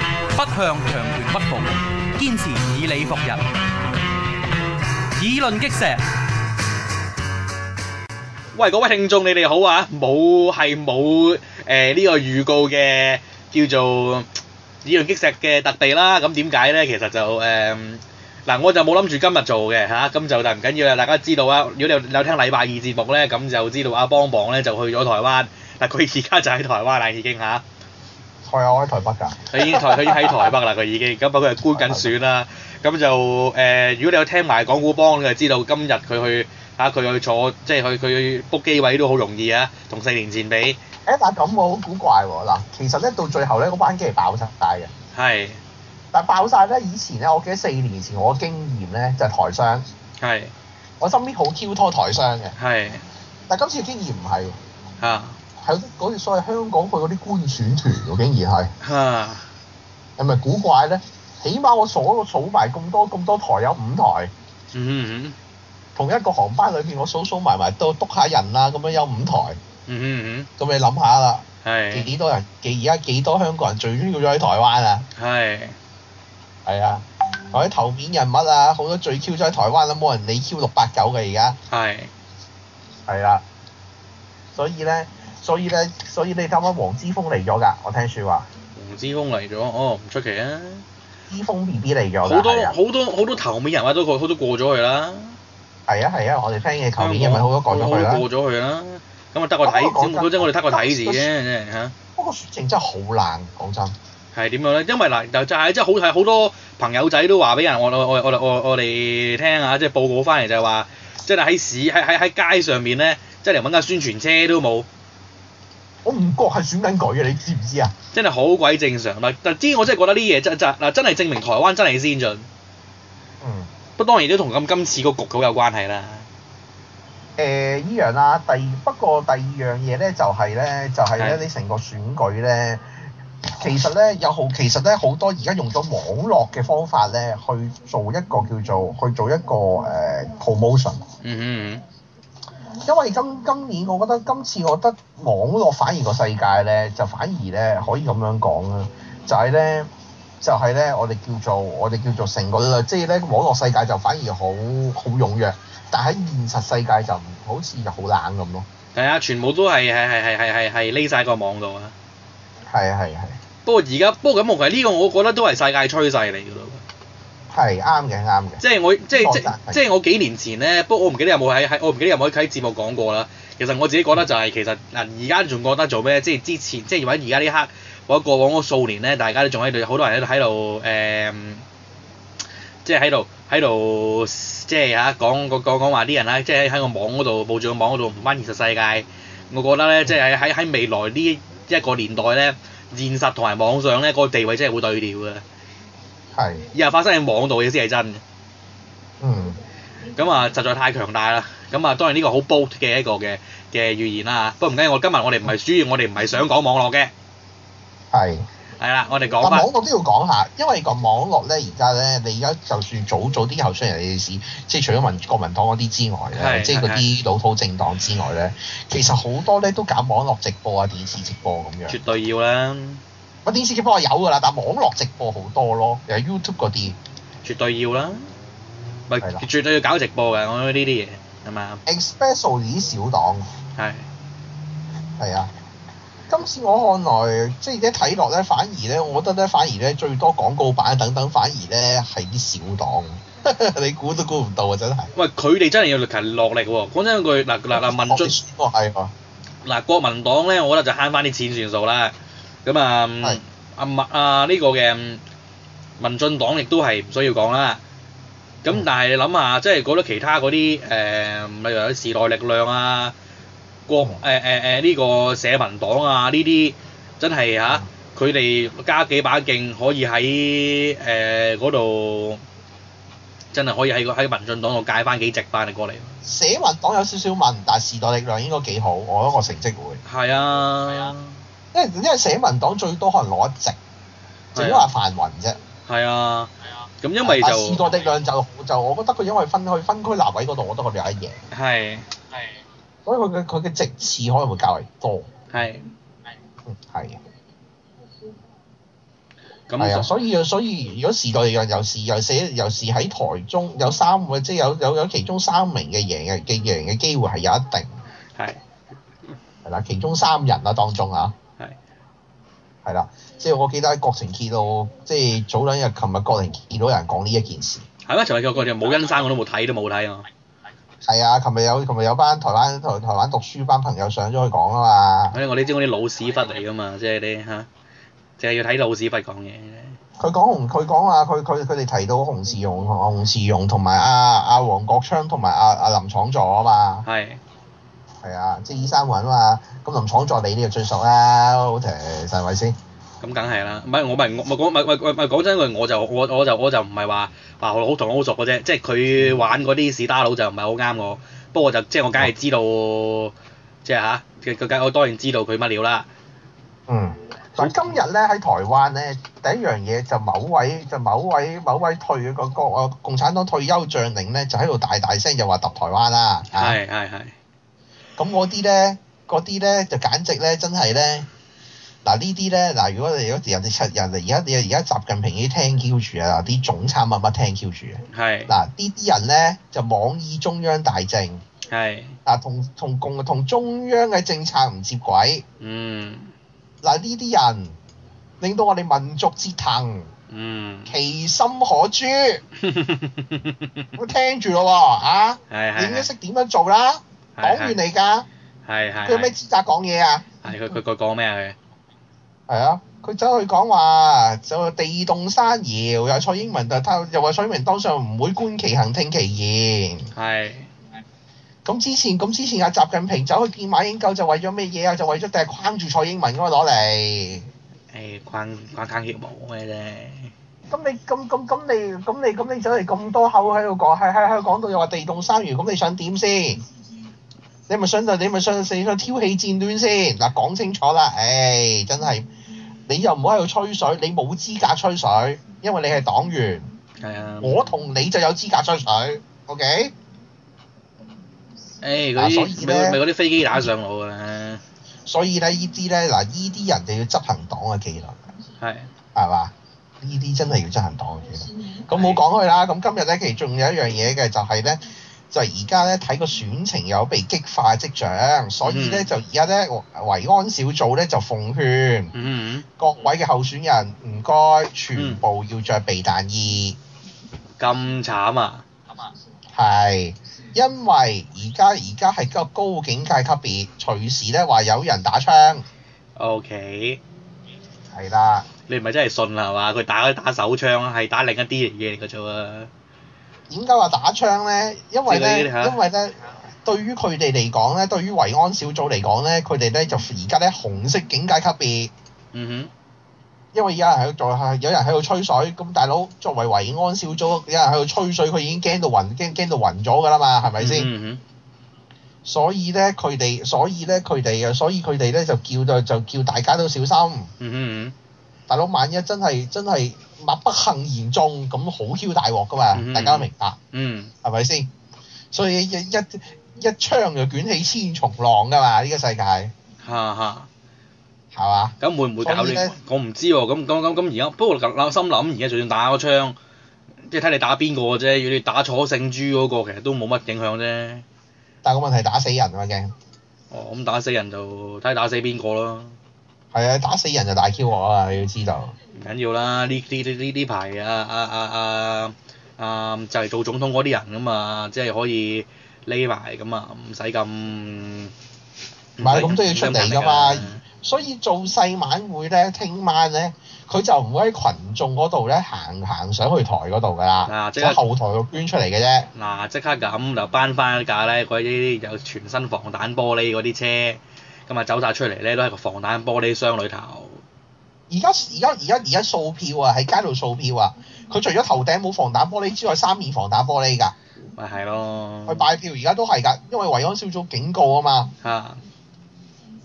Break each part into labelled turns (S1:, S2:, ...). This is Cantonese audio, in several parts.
S1: 向強權屈服，堅持以理服人，以論擊石。
S2: 喂，各位聽眾，你哋好啊！冇係冇誒呢個預告嘅叫做以量擊石嘅特地啦。咁點解咧？其實就誒嗱、我就冇諗住今日做嘅嚇，咁、就但唔緊要啦。大家知道啊，如果你有有聽禮拜二節目咧，咁就知道阿邦邦咧就去咗台灣。嗱，佢而家就喺台灣啦，已經嚇。
S3: 係啊，我喺台北㗎。
S2: 佢已經台佢已經喺台北啦，佢已經咁啊佢係官緊選啦。咁就誒、呃如果你有聽埋港股幫，你就知道今日佢去啊，佢去坐即係佢佢 book 機位都好容易啊，同四年前比
S3: 誒，但係咁我好古怪喎。嗱，其實咧到最後咧，個班機係爆晒嘅。
S2: 係
S3: 但係爆晒咧，以前咧，我記得四年前我嘅經驗咧就係、台商，
S2: 係
S3: 我身邊好 Q 拖台商嘅。
S2: 係
S3: 但係今次經驗唔係喎，
S2: 嚇
S3: 係嗰啲所謂香港去嗰啲官選團喎，竟然係
S2: 嚇
S3: 係咪古怪咧？起碼我數數埋咁多咁多台有五台，
S2: 嗯哼
S3: 同一個航班裏邊我數數埋埋都篤下人啦，咁樣有五台，
S2: 嗯嗯
S3: 咁你諗下啦，
S2: 哼係
S3: 幾多人幾而家幾多香港人最中意咗喺台灣啊？
S2: 係
S3: 係啊，或者頭面人物啊，好多最 Q 咗喺台灣啦，冇人理 Q 六八九嘅而家。
S2: 係
S3: 係啦、所以咧，所以咧，所以你啱啱黃之鋒嚟咗㗎，我聽説話，
S2: 黃之峰嚟咗，哦唔出奇啊！
S3: 之鋒 B B 嚟咗
S2: 好
S3: 㗎，
S2: 多
S3: 係啊，
S2: 好多好多頭面人物都過都過咗去啦，
S3: 係啊，係啊，我哋聽嘅頭面人物好多講咗佢
S2: 過
S3: 啦。
S2: 咗去啦。咁啊得個睇，只不過即係我哋得個睇字啫，真係嚇。
S3: 不過雪晴真係好冷，講真。
S2: 係點樣咧？因為嗱，就就係真係好係好多朋友仔都話俾人我我我我我我哋聽啊，即係報告翻嚟就係話，即係喺市喺喺喺街上面咧，即係連揾架宣傳車都冇，
S3: 我唔覺係選緊佢嘅，你知唔知啊？
S2: 真係好鬼正常嗱。但之我真係覺得呢嘢真真嗱真係證明台灣真係先進，
S3: 嗯。
S2: 不過當然都同咁今次個局好有關係啦。
S3: 誒依樣啦，第不過第二樣嘢咧就係咧就係咧
S2: 係
S3: 你成個選舉咧，其實咧有好其實咧好多而家用咗網絡嘅方法咧去做一個叫做去做一個誒、呃 promotion，
S2: 嗯
S3: 因為今今年我覺得今次我覺得網絡反而個世界咧就反而咧可以咁樣講啦，就係咧就係咧我哋叫做我哋叫做成個即係咧網絡世界就反而好好踴躍，但喺現實世界就唔好似就好冷咁咯。
S2: 哼，係啊，全部都係係係係係係係匿晒個網度啊。
S3: 係啊係啊
S2: 不過而家不過咁，我其實呢個我覺得都係世界趨勢嚟㗎咯。
S3: 係係啱嘅啱嘅，
S2: 即係我即係即
S3: 確實
S2: 即係我幾年前咧，不過我唔記得有冇喺喺我唔記得有冇喺喺節目講過啦。其實我自己覺得就係、其實嗱，而家仲覺得做咩？即係之前即係或者而家呢刻或者過往嗰數年咧，大家都仲喺度，好多人喺度喺度誒，即係喺度喺度即係嚇講講講講話啲人啦，即係喺個網嗰度報住個網嗰度唔翻現實世界。我覺得咧，即係喺喺未來呢一個年代咧，現實同埋網上咧、個地位真係會對調嘅。
S3: 係
S2: 以後發生喺網度嘅先係真嘅。
S3: 嗯
S2: 咁啊，實在太強大啦！咁啊，當然呢個好 bold 嘅一個嘅嘅預言啦。不過唔緊要，我今日我哋唔係主要，我哋唔係想講網絡嘅，
S3: 係。
S2: 係啦，我哋
S3: 但
S2: 講
S3: 網
S2: 翻
S3: 絡都要講下，因為個網絡咧而家咧，你而家就算早早啲候選人你哋試，即係除咗民國民黨嗰啲之外
S2: 係
S3: 咧，即係嗰啲老土政黨之外咧，其實好多咧都搞網絡直播啊、電視直播咁樣。
S2: 絕對要啦，
S3: 我電視直播係有㗎啦，但網絡直播好多咯，又係 YouTube 嗰啲。
S2: 絕對要啦，咪
S3: 係啦
S2: 絕對要搞直播㗎。我覺得呢啲嘢係咪啊？
S3: especially 啲小黨
S2: 係
S3: 係啊。今次我看來，即係一睇落咧，反而咧，我覺得咧，反而咧最多廣告版等等，反而咧係啲小黨， 你估都估唔到啊！真係。
S2: 喂，佢哋真係要力勤落力喎。講真一句，嗱嗱嗱，民進
S3: 哦係喎，
S2: 嗱國民黨咧，我覺得就慳翻啲錢算數啦。咁啊嗯
S3: 係，
S2: 阿民啊呢個嘅嗯民進黨亦都係唔需要講啦。咁
S3: 嗯
S2: 但係你諗下，即係覺得其他嗰啲誒，例如有時代力量啊、國誒誒誒呢個社民黨啊呢啲，真係嚇佢哋加幾把勁，可以喺誒嗰度真係可以喺個喺民進黨度解翻幾席翻嚟過嚟。
S3: 社民黨有少少問，但係時代力量應該幾好，我覺得個成績會，
S2: 係啊，
S3: 因為因為社民黨最多可能攞一席，就因為泛民啫。
S2: 係啊，咁啊因為
S3: 但係時
S2: 就
S3: 代力量就就我覺得佢因為分去分區立委嗰度，我覺得佢哋有一贏，
S2: 係
S3: 所以佢嘅佢嘅席次可能會較為多。啊
S2: 係。
S3: 嗯，係嘅。係啊，
S2: 咁
S3: 所以所以如果時代力量又是又寫又是喺台中有三位，即係有有有其中三名嘅贏嘅嘅贏嘅機會係有一定
S2: 係
S3: 係啦，其中三人啦當中啊，
S2: 係
S3: 係啦，即係我記得喺國情揭露，即係早兩日琴日國情見到有人講呢一件事，
S2: 係咩？陳偉傑嗰啲冇恩生我都冇睇都冇睇啊！
S3: 係啊，琴日有琴日有班台灣台台灣讀書班朋友上咗去講啊嘛，
S2: 我哋我哋知嗰啲老屎忽嚟噶嘛，即係啲嚇，淨係要睇老屎忽講嘢。
S3: 佢講洪佢講話佢佢佢哋提到洪志勇洪志勇同埋阿阿黃國昌同埋阿阿林廠座啊嘛。
S2: 係
S3: 係啊，即係依三個人啊嘛，咁林廠作你呢就最熟啦，好停，係咪先？
S2: 咁梗係啦，唔係我唔係我唔係講唔係唔係唔係講真句，我就我我就我就唔係話話好同我好熟嘅啫，即係佢玩嗰啲士打佬就唔係好啱我。不過我就即係我梗係知道，即係嚇，佢佢梗我當然知道佢乜料啦。
S3: 嗯。嗱，今日咧喺台灣咧，第一樣嘢就某位就某位某位退個國啊共產黨退休將領咧，就喺度大大聲就話揼台灣啦。啊。
S2: 係係係
S3: 咁嗰啲咧，嗰啲咧就簡直咧，真係咧。嗱呢啲咧，嗱如果你如果人哋出人哋而家你而家習近平啲聽 Q 住啊，嗱啲總參乜乜聽 Q 住啊，
S2: 係
S3: 嗱呢啲人咧就妄議中央大政。
S2: 係，
S3: 嗱，啊同同共同中央嘅政策唔接軌，
S2: 嗯
S3: 嗱呢啲人令到我哋民族折騰，
S2: 嗯，
S3: 其心可誅。
S2: 係
S3: 咁聽住咯喎，啊，你應該
S2: 係
S3: 識點樣做啦，
S2: 係
S3: 黨員嚟㗎，
S2: 係
S3: 佢有咩
S2: 係
S3: 資格講嘢啊？
S2: 係佢佢佢講咩啊佢？
S3: 係啊，佢走去講話就地動山搖，又蔡英文就偷，又話蔡英文當上唔會觀其行聽其言。
S2: 係
S3: 咁之前咁之前阿習近平走去見馬英九就為咗咩嘢啊？就為咗掟框住蔡英文嗰個攞嚟。
S2: 誒框框框協冇嘅啫。
S3: 咁你咁咁咁你咁你咁你走嚟咁多口喺度講，喺喺喺度講到又話地動山搖，咁你想點先？你咪想就你咪想你想挑起戰亂先嗱，講清楚啦，唉、真係你又唔好喺度吹水，你冇資格吹水，因為你係黨員，
S2: 係啊，
S3: 我同你就有資格吹水，OK？
S2: 誒嗰
S3: 嗱所
S2: 啲
S3: 以
S2: 咪
S3: 咧
S2: 咪嗰啲飛機打上腦㗎啦，
S3: 所以咧，呢啲咧嗱，呢啲人就要執行黨嘅紀律，
S2: 係
S3: 係嘛？呢啲真係要執行黨嘅紀律。咁冇講佢啦。咁今日咧，其實仲有一樣嘢嘅就係咧，就係而家咧睇個選情有被激化跡象，所以咧
S2: 嗯
S3: 就而家咧維安小組咧就奉勸
S2: 嗯
S3: 各位嘅候選人，唔該全部要着避彈衣，
S2: 咁慘啊，
S3: 係、因為而家而家係個高警戒級別，隨時咧話有人打槍，
S2: ，OK，
S3: 係啦。
S2: 你唔係真係信啦係嘛？佢打打手槍係打另一啲嘢嚟㗎啫喎，
S3: 點解話打槍咧？因為咧，
S2: 自己呢嚇
S3: 因為咧，對於佢哋嚟講咧，對於維安小組嚟講咧，佢哋咧就而家咧紅色警戒級別，
S2: 嗯
S3: 因為有人喺度做，有人喺度吹水。咁大佬作為維安小組，有人喺度吹水，佢已經驚到暈，驚驚到暈咗㗎啦嘛，係
S2: 哼，
S3: 咪先？
S2: 嗯
S3: 所以咧，佢哋，所以咧，佢哋啊，所以佢哋咧就叫就就叫大家都小心。
S2: 哼，嗯
S3: 大佬，萬一真係真係物不幸言中，咁好 Q 大鑊㗎嘛，
S2: 嗯
S3: 大家都明白。
S2: 哼，嗯，
S3: 係咪先？所以一一一槍就捲起千重浪㗎嘛，呢、個世界係
S2: 哈哈。
S3: 嘛？
S2: 咁會唔會搞
S3: 所以
S2: 亂
S3: 呢？
S2: 我唔知喎。咁咁咁咁而家，不過我心諗而家就算打個槍，即係睇你打邊個啫。如果你打楚聖珠嗰個，其實都冇乜影響啫。
S3: 但係個問題打死人啊嘛驚，
S2: 哦，咁打死人就睇打死邊個咯，
S3: 係啊，打死人就大 Q 我啊，你要知道。
S2: 唔緊要啦。呢呢呢呢呢排啊啊啊啊啊，就係做總統嗰啲人咁啊，即係可以匿埋咁啊，唔使咁。唔
S3: 唔係咁都要出嚟㗎嘛
S2: 唔使咁緊迫㗎
S3: 所以做細晚會咧，聽晚咧，佢就唔會喺群眾嗰度咧行行上去台嗰度㗎啦，
S2: 啊即
S3: 即
S2: 係
S3: 係後台度捐出嚟嘅啫。
S2: 嗱，即刻咁就班翻架咧，嗰啲有全身防彈玻璃嗰啲車，咁啊走晒出嚟咧，都係個防彈玻璃箱裏頭。
S3: 而家而家而家而家掃票啊，喺街度掃票啊，佢除咗頭頂冇防彈玻璃之外，三面防彈玻璃㗎。
S2: 咪係咯
S3: 佢，拜票而家都係㗎，因為維安小組警告啊嘛。
S2: 嚇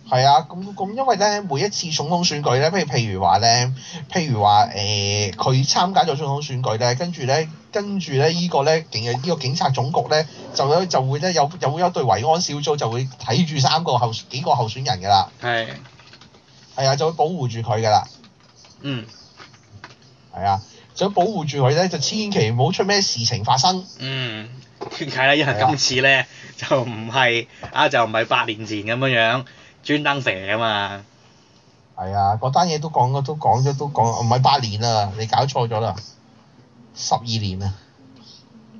S3: 係啊，咁咁因為咧，每一次總統選舉咧，譬如譬如話咧，譬如話誒，呃佢、參加咗總統選舉咧，跟住咧，跟住咧，依個咧警呢、個警察總局咧，就有就會咧有有會有一隊維安小組就會睇住三個候幾個候選人㗎啦，
S2: 係，
S3: 係啊，就會保護住佢㗎啦。
S2: 嗯，
S3: 係啊，想保護住佢咧，就千祈唔好出咩事情發生。
S2: 嗯，點解咧？因為今次咧就唔係啊，就唔係八年前咁樣樣專登肥啊嘛。
S3: 係啊，嗰單嘢都講咗，都講咗，都講，唔係八年啦，你搞錯咗啦，十二年啊，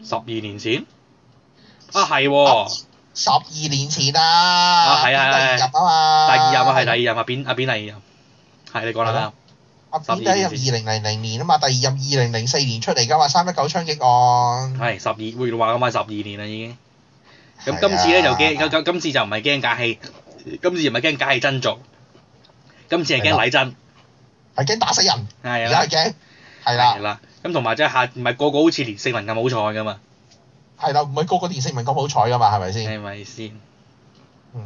S2: 十二年前啊，係喎，
S3: 十二年前啊，
S2: 啊係啊
S3: 邊第二任啊嘛，
S2: 第二任啊，係第二任啊，邊啊邊第二任？係你講
S3: 係
S2: 啦
S3: 啊阿邊第一任二零零零年啊嘛，第二任二零零四年出嚟噶嘛，三一九槍擊案。
S2: 係十二，會話咁快十二年啦已經。咁今次咧就驚，
S3: 係啊
S2: 咁咁今次就唔係驚假戲，今次唔係驚假戲真做，今次係驚禮真，
S3: 係驚打死人，
S2: 係
S3: 而
S2: 啦
S3: 家係，驚，係啦
S2: 係，啊啦。咁同埋即係下唔係個個好似連勝文咁好彩㗎嘛，
S3: 係啦，唔係個個電視民咁好彩噶嘛，係咪先？
S2: 係啊咪先？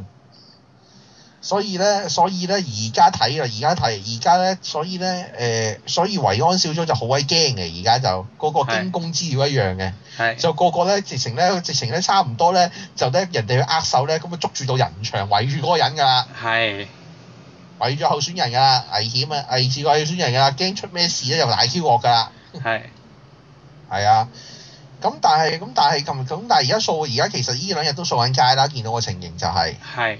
S3: 所以咧，所以咧，而家睇啊啦，而家睇，而家咧，所以咧，誒，所以維安小組就好鬼驚嘅，而家就個個
S2: 係
S3: 驚弓之鳥一樣嘅，
S2: 係
S3: 就個個咧直情咧，直情咧差唔多咧，就咧人哋去握手咧，咁啊捉住到人牆圍住嗰個人㗎啦。
S2: 係
S3: 圍住候選人㗎啦，危險啊，危住個候選人㗎啦，驚出咩事咧又大 Q 鑊㗎啦，
S2: 係
S3: 係啊。咁但係咁但係咁咁但係而家掃而家其實呢兩日都掃緊街啦，見到個情形就係
S2: 係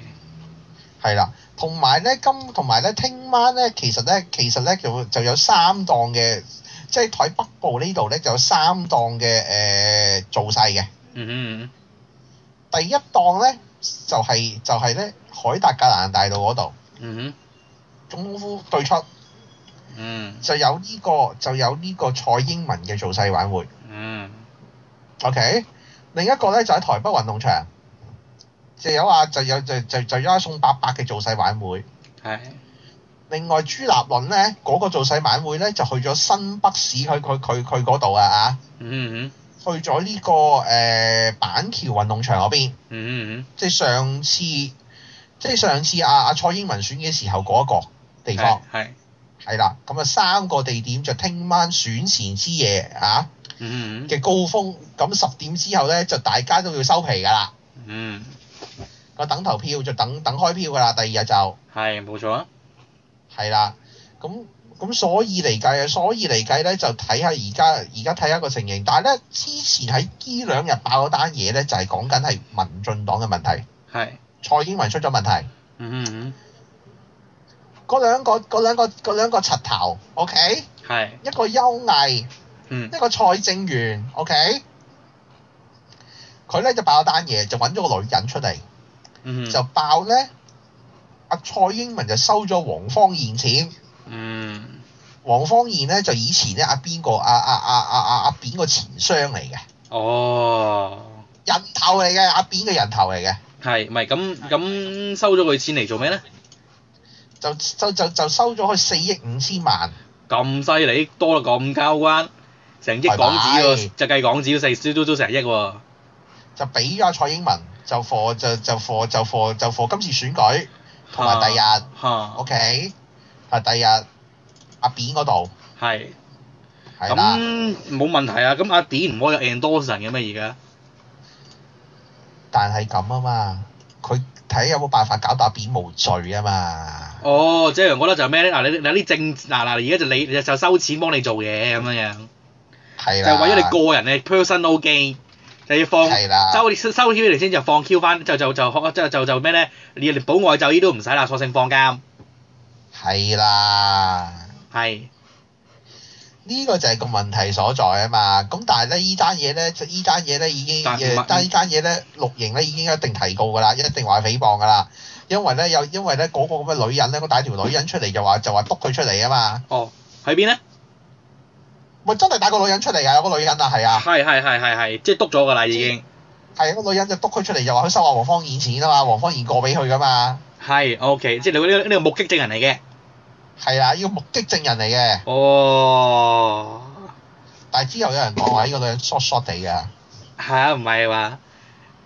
S3: 係啦。同埋咧今同埋咧聽晚咧其實咧其實咧就就有三檔嘅，即係喺北部呢度咧就有三檔嘅誒、呃造勢嘅。
S2: 嗯
S3: 第一檔咧就係、就係、咧海達格蘭大道嗰度
S2: 哼嗯
S3: 總統府對出。
S2: 哼嗯
S3: 就有呢、個就有呢個蔡英文嘅造勢晚會
S2: 嗯
S3: ，OK。另一個咧就喺台北運動場，就有啊就有就就就有阿宋伯伯嘅造勢晚會。
S2: 係
S3: 另外朱立倫咧嗰、個造勢晚會咧就去咗新北市佢佢佢佢嗰度啊啊，
S2: 嗯哼
S3: 去咗呢、個誒、呃板橋運動場嗰邊，
S2: 嗯哼
S3: 即係上次即係上次阿、啊、阿、蔡英文選嘅時候嗰一個地方。
S2: 係
S3: 係啦，咁啊三個地點就聽晚選前之夜啊
S2: 嗯哼
S3: 嘅高峰，咁十點之後咧就大家都要收皮㗎啦，
S2: 嗯
S3: 個啊等投票就等等開票㗎啦，第二日就
S2: 係冇錯啊
S3: 係啦，咁咁所以嚟計啊，所以嚟計咧就睇下而家而家睇下個情形，但係咧之前喺呢兩日爆嗰單嘢咧就係講緊係民進黨嘅問題，
S2: 係
S3: 蔡英文出咗問題，
S2: 嗯哼
S3: 嗰兩個嗰兩個嗰兩個柒頭，OK，
S2: 係
S3: 一個優毅。
S2: 嗯
S3: 一個蔡政員，OK，佢咧就爆單嘢，就揾咗個女人出嚟，
S2: 嗯哼
S3: 就爆咧阿蔡英文就收咗黃芳燕錢，
S2: 嗯
S3: 黃芳燕咧就以前咧阿邊個阿阿阿阿阿阿扁個錢商嚟嘅，
S2: 哦
S3: 人頭嚟嘅，阿扁嘅人頭嚟嘅，
S2: 係唔係咁咁收咗佢錢嚟做咩咧？
S3: 就就就就收咗佢四億五千萬，
S2: 咁犀利多到咁交關，成億港紙喎，就計港紙都四都都成億喎，
S3: 就俾咗阿蔡英文就貨就就貨就貨就貨今次選舉同埋
S2: 啊
S3: 第日
S2: 嚇
S3: ，OK，啊第日阿扁嗰度
S2: 係
S3: 係啦。
S2: 咁冇問題啊！咁阿典唔可以有 endorse 人嘅咩而家？
S3: 但係咁啊嘛，佢睇有冇辦法搞到阿扁無罪啊嘛。
S2: 哦，即係我覺得就係咩咧？嗱，你你你啲政嗱嗱，而家就你你就收錢幫你做嘢咁樣樣，
S3: 係
S2: 就
S3: 啦。
S2: 係為咗你個人嘅 personal gain，就要放
S3: 係啦。
S2: 收收收 Q 嚟先就放 Q 翻，就就就就就就咩咧？你連保外就醫都唔使啦，索性放監，
S3: 係啦。
S2: 係
S3: 呢個就係個問題所在啊嘛。咁但係咧，依單嘢咧，就依單嘢咧已經
S2: 但唔係啊
S3: 誒，單依單嘢咧，綠營咧已經一定提告㗎啦，一定話佢誹謗㗎啦。因為咧，有因為咧嗰、個咁嘅女人咧，我帶條女人出嚟就話就話督佢出嚟啊嘛。
S2: 哦喺邊咧？
S3: 咪真係帶個女人出嚟啊！有個女人啊，係啊，
S2: 係係係係係，即係篤咗㗎啦已經。
S3: 係有個女人就督佢出嚟，就話佢收阿黃芳燕錢啊嘛，黃芳燕過俾佢㗎嘛。
S2: 係，OK，即係你呢個呢個目擊證人嚟嘅。
S3: 係啊，呢個目擊證人嚟嘅。
S2: 哦，
S3: 但係之後有人講話呢個女人 short short 地㗎，
S2: 嚇唔係話？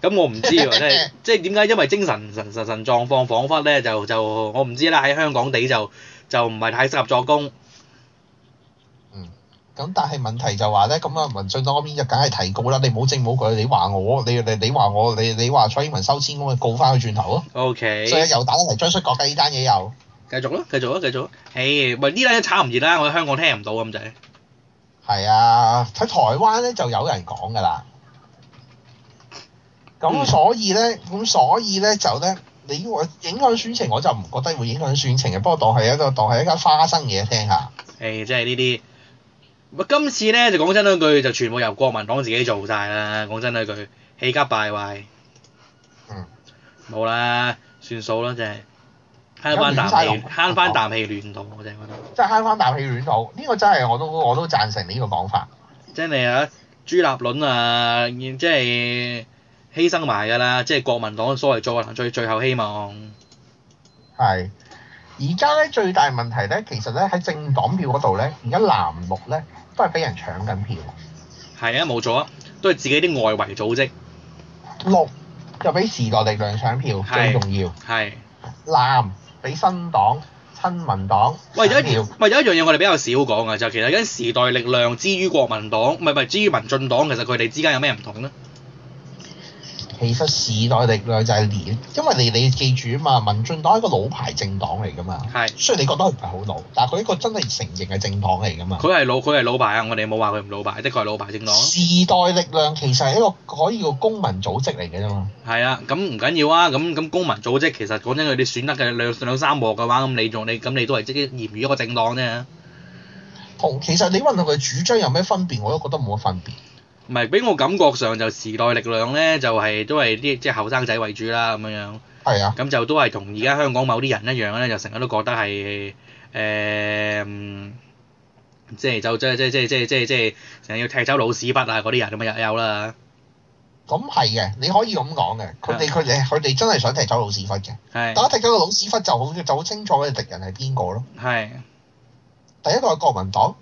S2: 咁我唔知喎， 真係即係點解？因為精神神神神狀況彷彿咧就就我唔知啦，喺香港地就就唔係太適合作工。
S3: 咁但係問題就話咧，咁啊民進黨嗰邊就梗係提告啦，你唔好證冇佢，你話我，你你你話我，你你話蔡英文收錢，咁咪啊告翻佢轉頭咯。
S2: OK，
S3: 所以又打嚟張出國嘅呢單嘢又
S2: 繼續啦，繼續啦，繼續啦。誒，喂，呢單嘢炒唔熱啦，我喺香港聽唔到咁滯。
S3: 係啊，喺台灣咧就有人講㗎啦。咁
S2: 嗯
S3: 所以咧，咁所以咧就咧，你我影響選情，我就唔覺得會影響選情嘅。不過當係一個當係一間花生嘢聽下。
S2: 誒，即係呢啲。喂今次咧就講真嗰句，就全部由國民黨自己做晒啦。講真嗰句，氣急敗壞。
S3: 嗯。
S2: 冇啦，算數啦，真係。慳
S3: 而
S2: 翻
S3: 家
S2: 啖
S3: 亂晒
S2: 氣，
S3: 龍
S2: 慳翻啖氣亂到，我真係覺得。
S3: 即係慳翻啖氣暖肚，呢、個真係我都我都贊成你呢個講法。
S2: 真係啊，朱立倫啊，即係犧牲埋㗎啦，即係國民黨所謂做最最後希望。
S3: 係。而家咧最大問題咧，其實咧喺政黨票嗰度咧，而家藍綠咧都係俾人搶緊票，
S2: 係啊，冇咗啊，都係自己啲外圍組織。
S3: 綠就俾時代力量搶票最
S2: 係
S3: 重要，
S2: 係。
S3: 藍俾新黨、親民黨
S2: 喂，有
S3: 搶
S2: 一
S3: 票。
S2: 喂有一樣嘢我哋比較少講嘅就係其實而家時代力量之於國民黨，唔係唔係之於民進黨，其實佢哋之間有咩唔同咧？
S3: 其實時代力量就係連，因為你你記住啊嘛，民進黨係一個老牌政黨嚟噶嘛，
S2: 係
S3: 雖然你覺得佢唔係好老，但係佢一個真係成型嘅政黨嚟噶嘛。
S2: 佢係老佢係老牌啊！我哋冇話佢唔老牌，的確係老牌政黨。
S3: 時代力量其實係一個可以個公民組織嚟嘅啫嘛，
S2: 係啊，咁唔緊要啊，咁咁公民組織其實講真，佢哋選得嘅兩兩三鑊嘅話，咁你仲你咁你都係即係嫌於一個政黨啫。
S3: 同其實你問佢主張有咩分別，我都覺得冇乜分別。
S2: 唔係，俾我感覺上就時代力量咧，就係、都係啲即係後生仔為主啦咁樣樣。
S3: 係啊，
S2: 咁就都係同而家香港某啲人一樣咧，就成日都覺得係誒、嗯即係就即係即係即係即係即係即係成日要踢走老屎忽啊嗰啲人咁啊又有啦，
S3: 咁係嘅，你可以咁講嘅。佢哋佢哋佢哋真係想踢走老屎忽嘅，
S2: 啊係
S3: 但係踢走個老屎忽就好就好清楚佢敵人係邊個咯。
S2: 係
S3: 第一個係國民黨，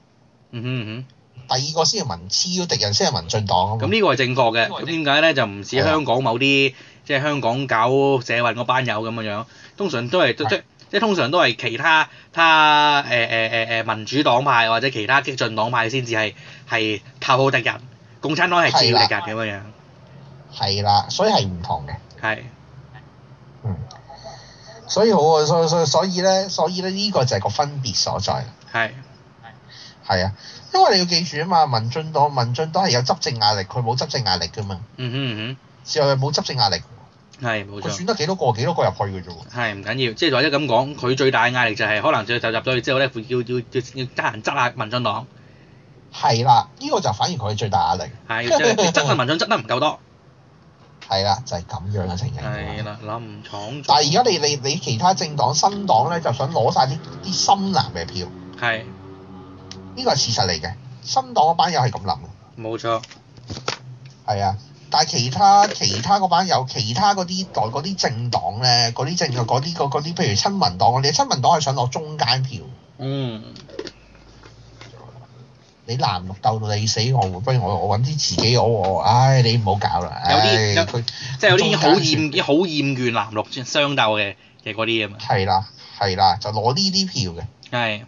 S2: 嗯哼嗯
S3: 第二個先係民黐，敵人先係民進黨啊
S2: 哼，
S3: 嘛
S2: 咁。哦呢個係正確嘅。哦咁點解咧就唔似香港某啲即係香港搞社運嗰班友咁樣樣，通常都係
S3: 係
S2: 即即通常都係其他他誒誒誒誒民主黨派或者其他激進黨派先至係係頭號敵人，共產黨係次要敵人咁樣樣，
S3: 係啦，所以係唔同嘅。
S2: 係。
S3: 嗯，所以好啊，所所所以咧，所以咧呢個就係個分別所在啦。
S2: 係
S3: 係啊，因為你要記住啊嘛，民進黨民進黨係有執政壓力，佢冇執政壓力噶嘛，
S2: 嗯哼
S3: 之後佢冇執政壓力，
S2: 嗯哼，係冇
S3: 佢
S2: 錯
S3: 選，得幾多個幾多個入去嘅啫喎。
S2: 係唔緊要，即係或者咁講，佢最大嘅壓力就係可能就就入咗去之後咧，要要要要得閒執下民進黨，
S3: 係啦，呢、個就反而佢最大壓力。
S2: 係即係執下民進執得唔夠多，
S3: 係啦，就係、咁樣嘅情形。
S2: 係啦，諗闖咗。
S3: 但係而家你你你其他政黨新黨咧，就想攞晒啲啲深藍嘅票，
S2: 係
S3: 呢個係事實嚟嘅。新黨嗰班友係咁諗嘅，
S2: 冇錯，
S3: 係啊。但係其他其他嗰班友，其他嗰啲代嗰啲政黨咧，嗰啲政嗰啲嗰嗰啲，譬如親民黨嗰啲，親民黨係想攞中間票。
S2: 嗯
S3: 你藍綠鬥到你死我活，不如我我揾啲自己我我，唉你唔好搞啦，
S2: 有啲
S3: 唉
S2: 有
S3: 佢
S2: 即係有啲好
S3: 中間
S2: 厭好厭倦藍綠相鬥嘅嘅嗰啲啊嘛，
S3: 係啦係啦，就攞呢啲票嘅。
S2: 係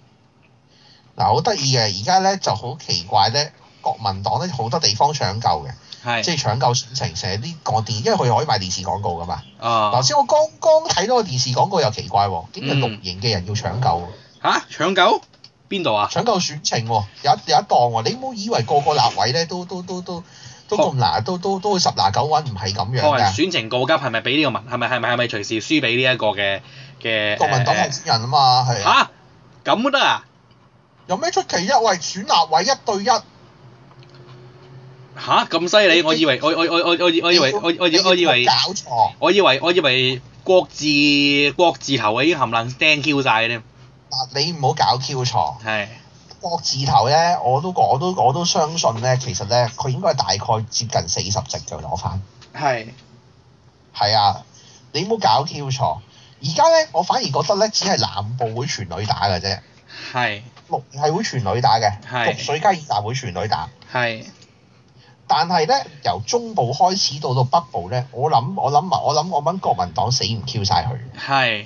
S3: 嗱好得意嘅，而家咧就好奇怪咧，國民黨咧好多地方搶救嘅，
S2: 係
S3: 即係搶救選情，成日啲講電，因為佢可以賣電視廣告噶嘛。頭
S2: 啊
S3: 先我剛剛睇到個電視廣告又奇怪喎，竟然
S2: 嗯
S3: 綠營嘅人要搶救喎，
S2: 嚇搶狗邊度啊？
S3: 搶救選情喎，有一有一檔喎，你唔好以為個個立委咧都都都都都咁難，都都都會十拿九穩，唔係咁樣
S2: 個人
S3: 㗎。
S2: 選情告哦急係咪俾呢個民係咪係咪係咪隨時輸俾呢一個嘅嘅
S3: 國民黨候
S2: 誒
S3: 選人啊嘛，係
S2: 嚇
S3: 啊。
S2: 咁都得啊？
S3: 有咩出奇啫？喂，選立委一對一，
S2: 吓咁犀利！我以為我我我我我以我以為我我我以我以為
S3: 你有冇搞錯。
S2: 我以為我以為國字國字頭已經冚唪唥釘 Q 晒咧，
S3: 嗱，你唔好搞 Q 錯。
S2: 係
S3: 國字頭咧，我都我都我都相信咧，其實咧，佢應該係大概接近四十席就攞翻。
S2: 係
S3: 係啊，你唔好搞 Q 錯。而家咧，我反而覺得咧，只係南部會全女打嘅啫，
S2: 係
S3: 綠係會全女打嘅，
S2: 係
S3: 綠水加爾大會全女打。
S2: 係
S3: 但係咧，由中部開始到到北部咧，我諗我諗我諗我諗國民黨死唔 Q 晒佢。
S2: 係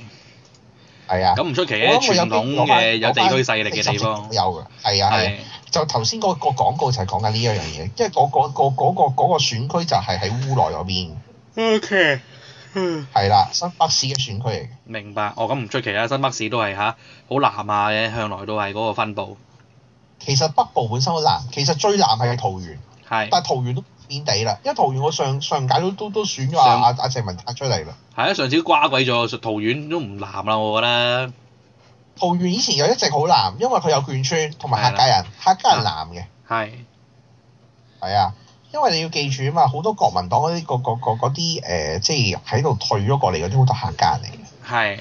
S3: 係啊。
S2: 咁唔出奇嘅，
S3: 我諗我有
S2: 傳
S3: 啲
S2: 統
S3: 攞
S2: 嘅
S3: 返
S2: 有地區勢力
S3: 攞
S2: 嘅
S3: 返
S2: 地方
S3: 有嘅，係啊係啊。
S2: 係
S3: 就頭先嗰個廣告就係講緊呢一樣嘢，因為嗰、個嗰、個嗰、個嗰個選區就係喺烏來嗰邊，
S2: OK，
S3: 係啦，新北市嘅選區嚟嘅。
S2: 明啊白。哦，咁唔出奇啦，新北市都係吓好南下嘅，向來都係嗰個分佈。
S3: 其實北部本身好難，其實最難係桃園，
S2: 係係
S3: 但係桃園都變地啦，因為桃園我上上屆都都都選咗阿
S2: 上
S3: 阿阿鄭文泰出嚟啦。
S2: 啊！上次瓜鬼咗，桃園都唔藍啦，我覺得
S3: 桃園以前又一直好南，因為佢有眷村同埋客家人，客家人南嘅，
S2: 係
S3: 係啊，因為你要記住啊嘛，好多國民黨嗰啲嗰嗰嗰嗰啲誒，即係喺度退咗過嚟嗰啲好多客家人嚟嘅。
S2: 係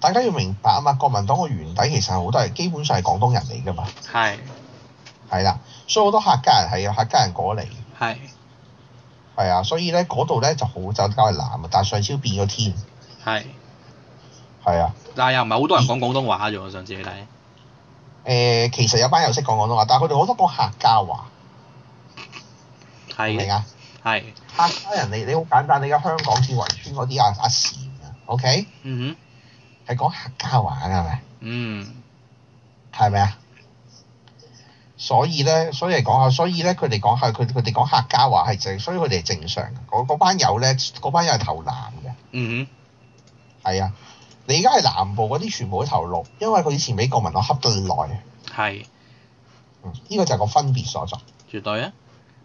S3: 大家要明白啊嘛，國民黨嘅原底其實好多係基本上係廣東人嚟噶嘛，
S2: 係
S3: 係啦，所以好多客家人係有客家人過嚟，
S2: 係
S3: 係啊，所以咧嗰度咧就好就較係南啊，但係上超變咗天，
S2: 係，
S3: 係啊，
S2: 但係又唔係好多人講廣東話啫喎。上次你睇
S3: 誒、其實有班友識講廣東話，但係佢哋好多講客家話，
S2: 係
S3: 明唔明
S2: 嘅
S3: 啊？
S2: 係
S3: 客家人你你好簡單，你而家香港至圍村嗰啲阿阿禪啊，OK，
S2: 嗯
S3: 係講客家話㗎係咪？
S2: 哼嗯
S3: 係咪啊？所以咧，所以嚟講下，所以咧，佢哋講下，佢佢哋講客家話係正，所以佢哋係正常嘅。嗰嗰班友咧，嗰班友係投南嘅，
S2: 嗯哼
S3: 係啊。你而家係南部嗰啲全部都投綠，因為佢以前俾國民黨恰得耐，
S2: 係
S3: 嗯，呢、個就係個分別所在，呢、
S2: 絕對啊，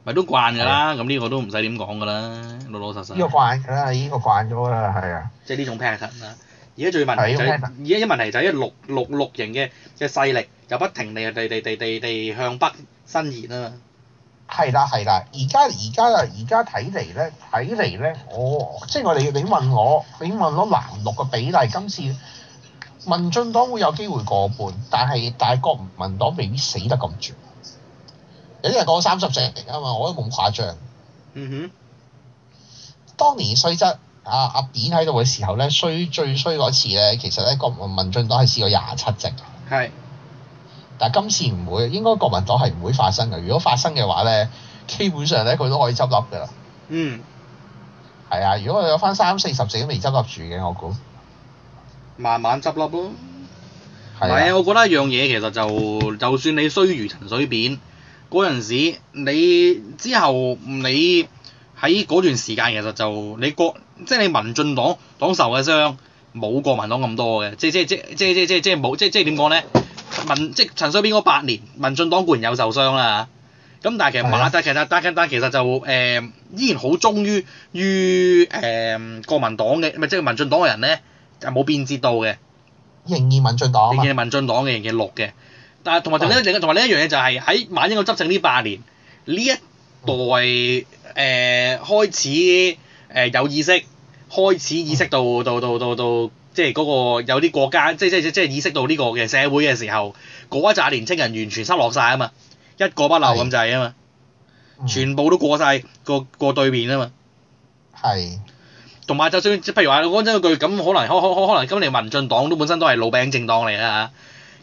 S2: 咪都慣㗎啦。咁呢個都唔使點講㗎啦，老老實實。
S3: 個慣㗎啦，啊呢、個慣咗㗎啦，係啊，
S2: 即係呢種 pattern 啦。而家最問題
S3: 係
S2: 就係，而
S3: 呢種
S2: 家
S3: pattern
S2: 一問題就係一六六六型嘅嘅勢力就不停地地地地地地向北伸延啊嘛。
S3: 係啦係啦，而家而家啊，而家睇嚟咧，睇嚟咧，我即係我哋你問我，你問我南綠嘅比例，今次民進黨會有機會過半，但係但係國民黨未必死得咁絕。有啲人講三十隻嚟㗎嘛，我都冇咁誇張。
S2: 嗯
S3: 當年衰則啊阿扁喺度嘅時候咧，衰最衰嗰次咧，其實咧國民民進黨係試過廿七席，
S2: 哼，係
S3: 但係今次唔會，應該國民黨係唔會發生嘅。如果發生嘅話咧，基本上咧佢都可以執笠㗎啦。
S2: 嗯，
S3: 係啊，如果佢有翻三四十隻都未執笠住嘅，我估
S2: 慢慢執笠咯。唔係
S3: 係
S2: 啊，
S3: 啊，
S2: 我覺得一樣嘢其實就就算你衰如陳水扁嗰陣時，你之後你喺嗰段時間其實就你國即係你民進黨黨受嘅傷冇國民黨咁多嘅，即即即即即即即冇即即點講咧？民即陳水扁嗰八年，民進黨固然有受傷啦咁但係其實
S3: 係
S2: 馬
S3: 啊
S2: 但係其實但係但係其實就誒、依然好忠於於誒、國民黨嘅，咪即係民進黨嘅人咧就冇變節到嘅。
S3: 仍然民進黨啊嘛
S2: 仍，然係民進黨嘅，仍然係綠嘅。但係同埋就呢另同埋呢一樣嘢就係喺馬英九執政呢八年，呢一代誒、呃、開始誒、呃有意識，開始意識到到到到到即係嗰個有啲國家，即即即即係意識到呢個嘅社會嘅時候，嗰一紮年青人完全失落晒啊嘛，一個不留咁滯啊嘛，
S3: 嗯
S2: 全部都過晒個個對面啊嘛。
S3: 係
S2: 同埋就算即譬如話講真嗰句，咁可能可可可能今年民進黨都本身都係老餅政黨嚟啦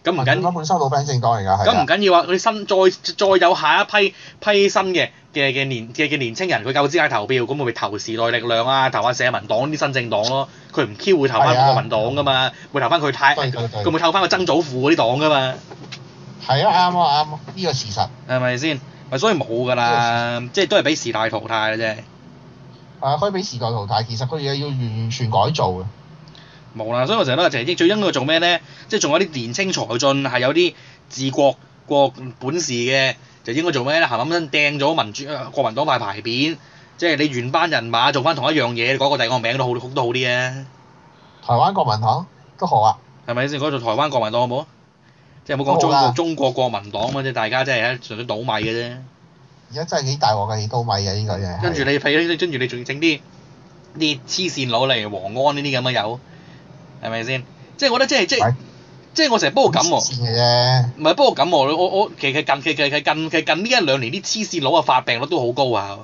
S2: 嚇，咁唔
S3: 民
S2: 緊
S3: 進黨本身老餅政黨嚟㗎，係
S2: 咁唔
S3: 啊，
S2: 緊要啊！佢新再再有下一批批新嘅嘅嘅年嘅嘅年青人，佢夠資格投票，咁咪投時代力量啊，投下社民黨啲新政黨咯。佢唔 Q 會投翻
S3: 係啊
S2: 國民黨噶嘛，會投翻佢太，
S3: 對對對
S2: 佢會投翻個曾祖父嗰啲黨噶嘛，
S3: 係啊，啱啊啱啊，呢個事實
S2: 係咪先？咪所以冇㗎啦，即係都係俾時代淘汰嘅啫，
S3: 啊，可以俾時代淘汰。其實佢嘢要完全改造嘅，
S2: 冇啦。所以我成日都話，鄭英最應該做咩咧？即係仲有啲年青才俊係有啲治國呃國本事嘅，就應該做咩咧？冚冚掟咗民主呃國民黨塊牌匾，即係你原班人馬做翻同一樣嘢，改個第二個名都好都好啲啊，
S3: 台灣國民黨都好啊，
S2: 係咪先？改做台灣國民黨好冇？即係唔好講中
S3: 好
S2: 國
S3: 啊
S2: 中國國民黨啊，即係大家真係喺純粹倒米嘅啫。
S3: 而家真係幾大鑊嘅，幾刀米嘅呢個嘢。
S2: 跟住你譬跟住你仲整啲啲黐線佬嚟黃安呢啲咁嘅友，係咪先？即係我覺得即係即係
S3: 係
S2: 即係我成日不過咁喎。
S3: 線嘅啫，
S2: 唔係，不過咁我我我其實近其其其近其近呢一兩年啲黐線佬嘅發病率都好高啊！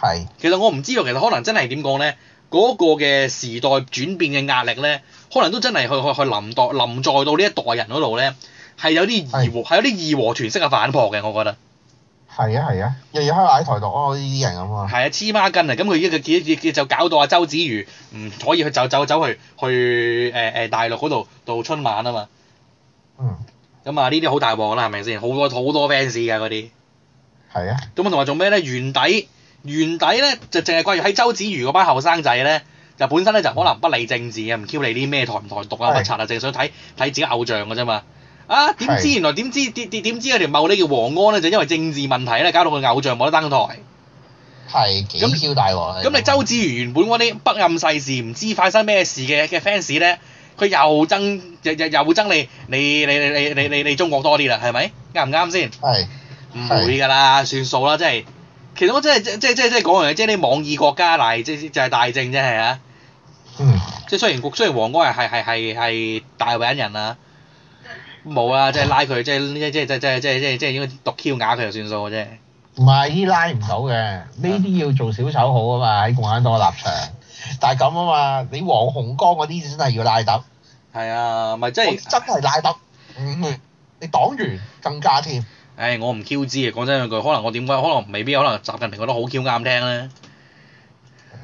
S3: 係
S2: 其實我唔知道，其實可能真係點講咧，嗰、個嘅時代轉變嘅壓力咧，可能都真係去去去臨代臨在到呢一代人嗰度咧，係有啲義和係有啲義和團式嘅反撲嘅，我覺得
S3: 係啊係啊，日日喺度喺台獨哦呢啲人咁啊，
S2: 係啊黐孖筋啊！咁佢依個佢就搞到阿周子瑜唔可以去走走走去去誒誒、呃大陸嗰度度春晚啊嘛，
S3: 嗯
S2: 咁啊呢啲好大鑊啦，係咪先？好多好多 fans 㗎嗰啲。
S3: 係啊，
S2: 咁啊，同埋做咩咧？原底原底咧就淨係掛住喺周子瑜嗰班後生仔咧，就本身咧就可能不理政治啊，唔 Q 你啲咩台唔台獨啊、
S3: 係
S2: 乜柒啊，淨係想睇睇自己偶像嘅啫嘛。啊，點知
S3: 係
S2: 原來點知點點點知有條茂利叫黃安咧，就因為政治問題咧，搞到佢偶像冇得登台。
S3: 係幾
S2: 咁
S3: 超大鑊。啊
S2: 咁你周子瑜原本嗰啲不諳世事，唔知發生咩事嘅嘅 fans 咧，佢又憎又又又憎你你你你你你你你中國多啲啦，係咪？啱唔啱先？
S3: 係
S2: 唔會㗎啦，算數啦，真係。其實我真係即即即即講樣嘢，即係啲網易國家大即即就係大政啫，係啊。
S3: 嗯
S2: 即係雖然雖然黃安係係係係係大偉人啊，冇啦，即係拉佢，即係即係即係即係即係即係即係應該毒 Q 啞佢就算數嘅啫。
S3: 唔係依拉唔到嘅，呢啲要做小手好啊嘛，喺共產黨嘅立場。但係咁啊嘛，你黃紅光嗰啲真係要拉揼，
S2: 係啊，咪即
S3: 真
S2: 係，
S3: 係拉揼。嗯，你黨員更加添。
S2: 唉，我唔 Q 知嘅，講真兩句，可能我點解，可能未必，可能習近平覺得好 Q 啱聽咧。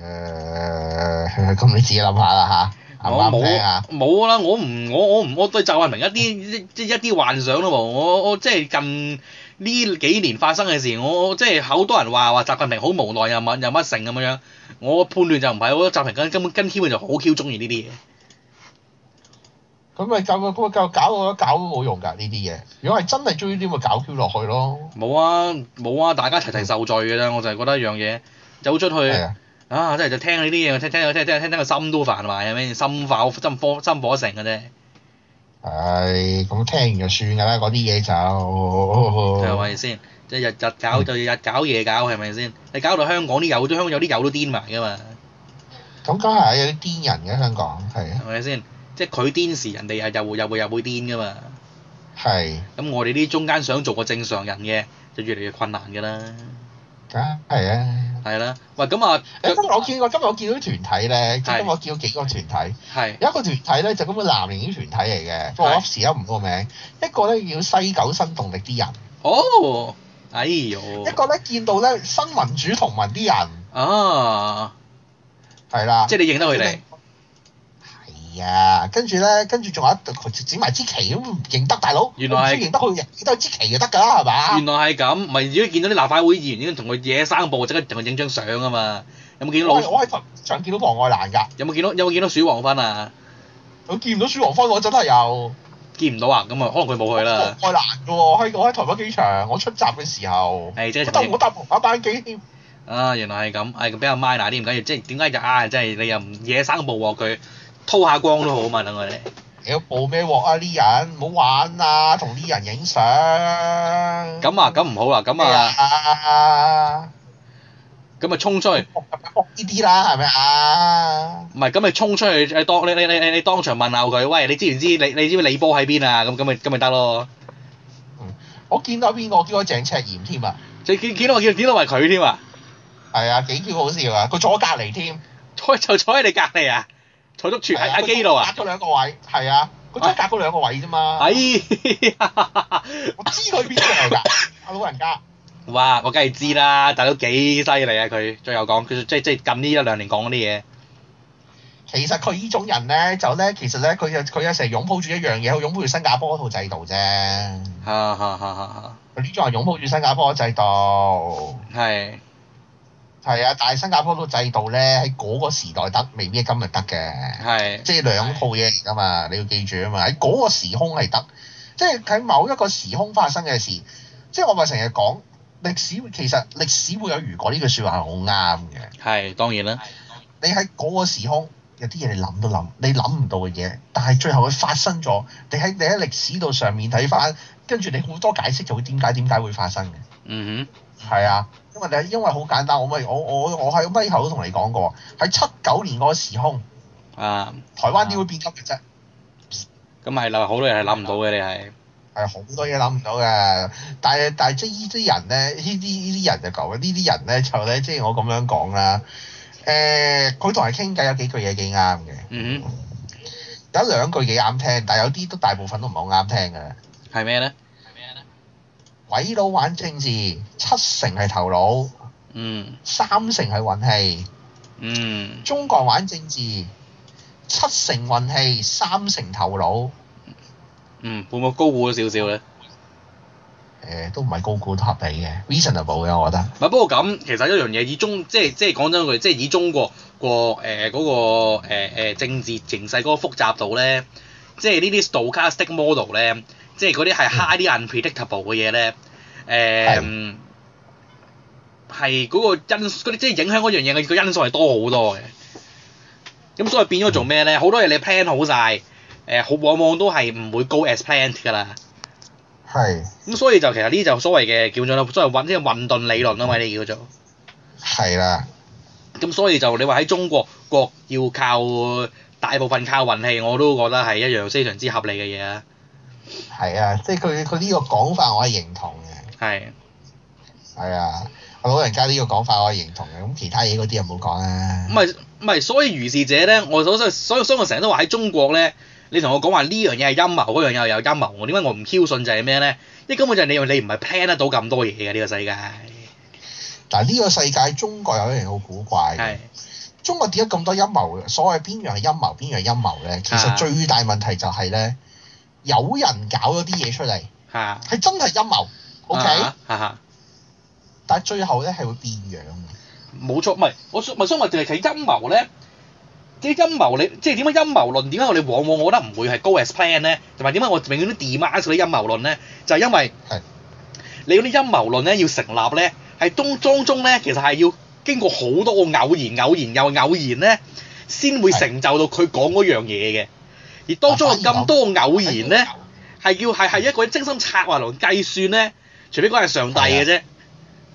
S3: 誒，咁你自己諗下啦嚇，啱
S2: 我
S3: 唔
S2: 冇
S3: 啱聽啊？
S2: 冇啦，我唔我我唔我對習近平一啲即一啲幻想都冇，我我即係近呢幾年發生嘅事，我我即係好多人話話習近平好無奈又乜又乜成咁樣，我判斷就唔係，我覺得習近平根本根基本就好 Q 中意呢啲嘢。
S3: 咁咪搞咁咪搞搞我搞都冇用㗎呢啲嘢。如果係真係中意啲，咪搞 Q 落去咯。
S2: 冇啊冇啊，大家齊齊受罪嘅啫，我就係覺得一樣嘢，走出去
S3: 嗯係啊，
S2: 啊，真係就聽呢啲嘢，聽聽聽聽聽聽個心都煩埋，係咪？心火心火心火成嘅啫，
S3: 係咁聽完就算㗎啦，嗰啲嘢就
S2: 係咪先？即係日日搞就日搞夜搞，係咪先？你搞到香港啲友都香港有啲友都癲埋㗎嘛，
S3: 咁梗係有啲癲人嘅香港係啊
S2: 係咪先？即係佢癲時，人哋又又會又會又會癲㗎嘛。
S3: 係，
S2: 咁我哋啲中間想做個正常人嘅，就越嚟越困難㗎啦，
S3: 梗係啊！
S2: 係啦。喂，咁啊，
S3: 誒今日我見過，今日我見到啲團體咧，今
S2: 係
S3: 日我見到幾個團體，
S2: 係
S3: 有一個團體咧就根本南寧啲團體嚟嘅，不過我
S2: 係
S3: 一時有唔個名，一個咧叫西九新動力啲人，
S2: 哦，哎呦，
S3: 一個咧見到咧新民主同盟啲人，
S2: 啊，
S3: 係啦，
S2: 即係你認得佢哋。
S3: 係啊，跟住咧，跟住仲有一對佢整埋支旗咁唔認得大佬，
S2: 原來係
S3: 我唔知認得佢認認得支旗就得㗎啦，係
S2: 原
S3: 嘛？
S2: 來係咁，咪如果見到啲立法會議員已經同佢野生步，即刻同佢影張相啊嘛！有冇見到
S3: 我
S2: 老？
S3: 係我喺上見到黃愛蘭㗎，
S2: 有冇見到有冇見到鼠王芬啊？
S3: 我見唔到鼠王芬我真係有
S2: 見唔到啊！咁啊，可能佢冇去啦。
S3: 黃愛蘭㗎喎，喺我喺台北機場，我出閘嘅時候，
S2: 係即係
S3: 我
S2: 同
S3: 搭
S2: 你
S3: 我搭同一班機添，
S2: 啊，原來係咁，係比較 minor 啲，唔緊要。即係點解就啊，即係你又唔野生步喎佢，偷下光都好啊嘛，等佢哋。
S3: 屌報咩鑊啊呢人，唔好玩啊，同啲人影相。咁
S2: 咁啊，咁唔好啦，咁啊，
S3: 哎啊，
S2: 咁啊衝出去，
S3: 學呢啲啦，係咪啊？
S2: 唔係咁咪衝出去，誒當你你你你你當場問下佢，喂，你知唔知你你知唔知李波喺邊啊？咁咁咪咁咪得咯。
S3: 我見到邊個？我見到鄭赤炎添啊！
S2: 你見見到我見見到埋佢添啊！
S3: 係啊，幾 Q 好笑啊！佢坐我隔離添，
S2: 坐就坐喺你隔離啊，坐足全
S3: 係
S2: 喺阿基度啊！
S3: 隔咗兩個位，係啊，佢真係隔咗兩個位啫嘛。
S2: 哎呀，
S3: 我知佢邊個嚟㗎，阿老人家。
S2: 哇！我梗係知啦，大佬幾犀利啊！佢最後講，佢即即近呢一兩年講嗰啲嘢，
S3: 其實佢呢種人咧，就咧其實咧，佢就佢有成日擁抱住一樣嘢，佢擁抱住新加坡嗰套制度啫。佢
S2: 哈哈哈哈
S3: 呢種人擁抱住新加坡嘅制度，
S2: 哈，係
S3: 係啊，但係新加坡嗰套制度咧喺嗰個時代得，未必今日得嘅。
S2: 係
S3: 即係兩套嘢嚟㗎嘛，你要記住啊嘛，喺嗰個時空係得，即係喺某一個時空發生嘅事，即係我咪成日講歷史，其實歷史會有如果呢句説話係好啱嘅。
S2: 係，當然啦，
S3: 你喺嗰個時空有啲嘢你諗都諗，你諗唔到嘅嘢，但係最後佢發生咗，你喺你喺歷史度上面睇翻，跟住你好多解釋就會點解點解會發生嘅。
S2: 嗯
S3: 係啊，因為你因為好簡單，我咪我我我喺咪頭都同你講過，喺七九年嗰個時空，
S2: 哼，啊，
S3: 台灣點會變急嘅啫？
S2: 咁係啦，好多人係諗唔到嘅，你係
S3: 係好多嘢諗唔到嘅，但係但係即係呢啲人咧，呢啲呢啲人就講，呢啲人咧就咧，即係我咁樣講啦。誒、佢同人傾偈有幾句嘢幾啱嘅，
S2: 嗯哼，
S3: 有一兩句幾啱聽，但係有啲都大部分都唔係好啱聽嘅。
S2: 係咩咧？
S3: 鬼佬玩政治，七成係頭腦，
S2: 嗯
S3: 三成係運氣；
S2: 嗯
S3: 中國人玩政治，七成運氣，三成頭腦。
S2: 嗯，會唔會高估咗少少咧？
S3: 誒、都唔係高估都合理嘅，reasonable 嘅，我覺得。
S2: 唔係，不過咁其實一樣嘢，以中即係即係講真句，即係以中國個誒嗰個呃誒誒政治形勢嗰個複雜度咧，即係呢啲 stochastic model 咧，即係嗰啲係 highly unpredictable 嘅嘢咧，誒係嗰個因嗰啲即係影響嗰樣嘢嘅個因素係多好多嘅。咁所以變咗做咩咧？好多嘢你 plan 好晒，誒好往往都係唔會 go as planned 㗎啦。
S3: 係
S2: 咁所以就其實呢就所謂嘅叫做所謂混呢個混沌理論啊嘛，呢叫做。
S3: 係啦，
S2: 咁所以就你話喺中國國要靠大部分靠運氣，我都覺得係一樣非常之合理嘅嘢啊。
S3: 係啊，即係佢佢呢個講法我係認同嘅，
S2: 係
S3: 係啊，我老人家呢個講法我係認同嘅，咁其他嘢嗰啲就唔好講啦
S2: 唔。係唔係，所以如是者咧，我所所所以所以我成日都話喺中國咧，你同我講話呢樣嘢係陰謀，嗰樣嘢又有陰謀，我點解我唔 Q 信就係咩咧？因為根本就係你你唔係 plan 得到咁多嘢嘅呢個世界。
S3: 嗱呢個世界中國有一樣嘢好古怪嘅
S2: 係
S3: 中國點解咁多陰謀？所謂邊樣係陰謀，邊樣係陰謀咧？其
S2: 啊
S3: 實最大問題就係咧，有人搞咗啲嘢出嚟，
S2: 嚇。
S3: 係真係陰謀，OK？、
S2: 啊哈哈
S3: 但係最後咧係會變樣嘅，
S2: 冇錯，唔係我想，咪想問就係其實陰謀咧，即係陰謀你，即係點解陰謀論點解我哋往往我覺得唔會係 go as plan 咧，同埋點解我永遠都 demand 嗰啲陰謀論咧，就係、因為
S3: 係
S2: 你嗰啲陰謀論咧要成立咧，係中當中咧其實係要經過好多個偶然、偶然又偶然咧，先會
S3: 係
S2: 成就到佢講嗰樣嘢嘅。而當中有咁多個偶然咧，係要係係一個人精心策劃同計算咧，除非嗰個係上帝嘅啫。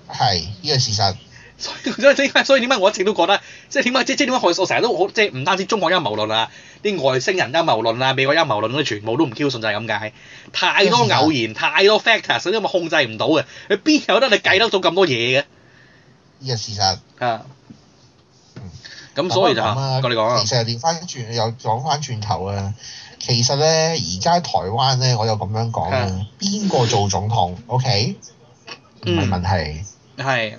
S3: 係呢個事實，
S2: 所以所以點解所以點解我一直都覺得即係點解即即點解我我成日都好即係唔單止中國陰謀論啊，啲外星人陰謀論啊、美國陰謀論嗰啲全部都唔 Q 信就係咁解，太多偶然、
S3: 嗯
S2: 太多 factors，所以咪控制唔到嘅，你邊有得你計得到咁多嘢嘅
S3: 呢個事實。
S2: 啊？咁所以就
S3: 咁啊
S2: 我哋講啊，
S3: 其實調翻轉又講翻轉頭啊，其實咧而家台灣咧，我又咁樣講
S2: 係
S3: 啊，邊個做總統？OK，唔係
S2: 嗯
S3: 問題，
S2: 係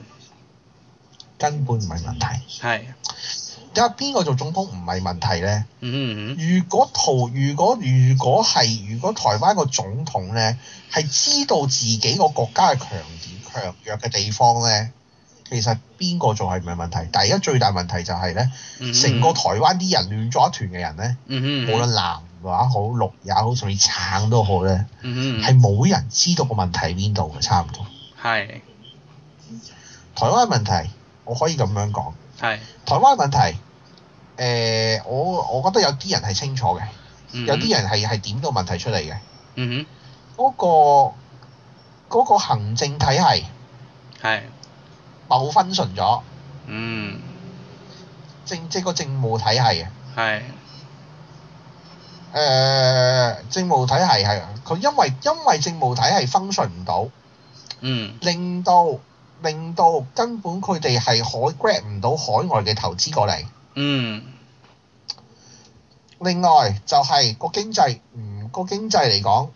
S3: 根本唔係問題。
S2: 係
S3: 而家邊個做總統唔係問題咧？
S2: 嗯嗯
S3: 如果圖，如果如果係，如果台灣個總統咧係知道自己個國家嘅強點強弱嘅地方咧，其實邊個做係唔係問題？但係而家最大問題就係咧，
S2: 嗯，
S3: 成個台灣啲人亂咗一團嘅人咧，
S2: 嗯嗯
S3: 無論藍也好、綠也好，甚至橙都好咧，
S2: 嗯
S3: 係冇人知道個問題喺邊度嘅，差唔多。
S2: 係
S3: 台灣問題，我可以咁樣講，
S2: 係
S3: 台灣問題，誒、我我覺得有啲人係清楚嘅。有啲人係係點到問題出嚟嘅。
S2: 嗯
S3: 嗰、個嗰、個行政體系
S2: 哼係
S3: 某分純咗，
S2: 嗯
S3: 政即係個政務體系啊。
S2: 係
S3: 誒、政務體系係佢因為因為政務體系 function 唔到，
S2: 嗯
S3: 令到令到根本佢哋係海 grab 唔到海外嘅投資過嚟。
S2: 嗯
S3: 另外就係、個經濟，嗯個經濟嚟講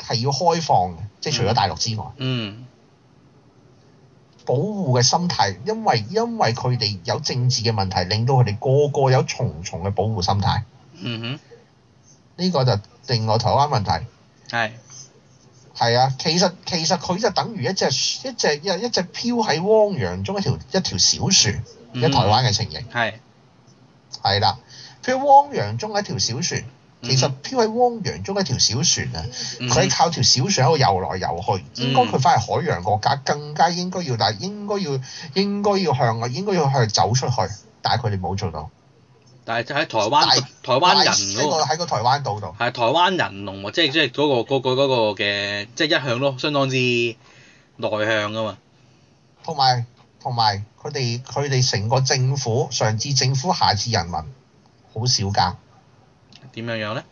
S3: 係要開放嘅，即係除咗大陸之外。
S2: 嗯
S3: 保護嘅心態，因為因為佢哋有政治嘅問題，令到佢哋個個有重重嘅保護心態。
S2: 嗯哼
S3: 呢、個就另外台灣問題
S2: 係
S3: 係啊，其實其實佢就等於一隻一隻一一隻漂喺汪洋中一條一條小船，
S2: 嗯
S3: 一台灣嘅情形
S2: 係。
S3: 係啦。漂喺汪洋中一條小船，其實
S2: 嗯
S3: 漂喺汪洋中一條小船啊，
S2: 嗯
S3: 佢係靠條小船喺度游來游去，應該佢翻去海洋國家更加應該要，但係應該要應該要向外，應該要向走出去，但係佢哋冇做到。
S2: 但係喺台灣
S3: 大
S2: 台灣人
S3: 喺
S2: 嗰、
S3: 個
S2: 個
S3: 喺個台灣島度，
S2: 係台灣人同埋即係即係嗰個嗰、個嗰、個嘅即係一向都相當之內向噶嘛，
S3: 同埋同埋佢哋佢哋成個政府，上至政府，下至人民，好少㗎，
S2: 點樣樣咧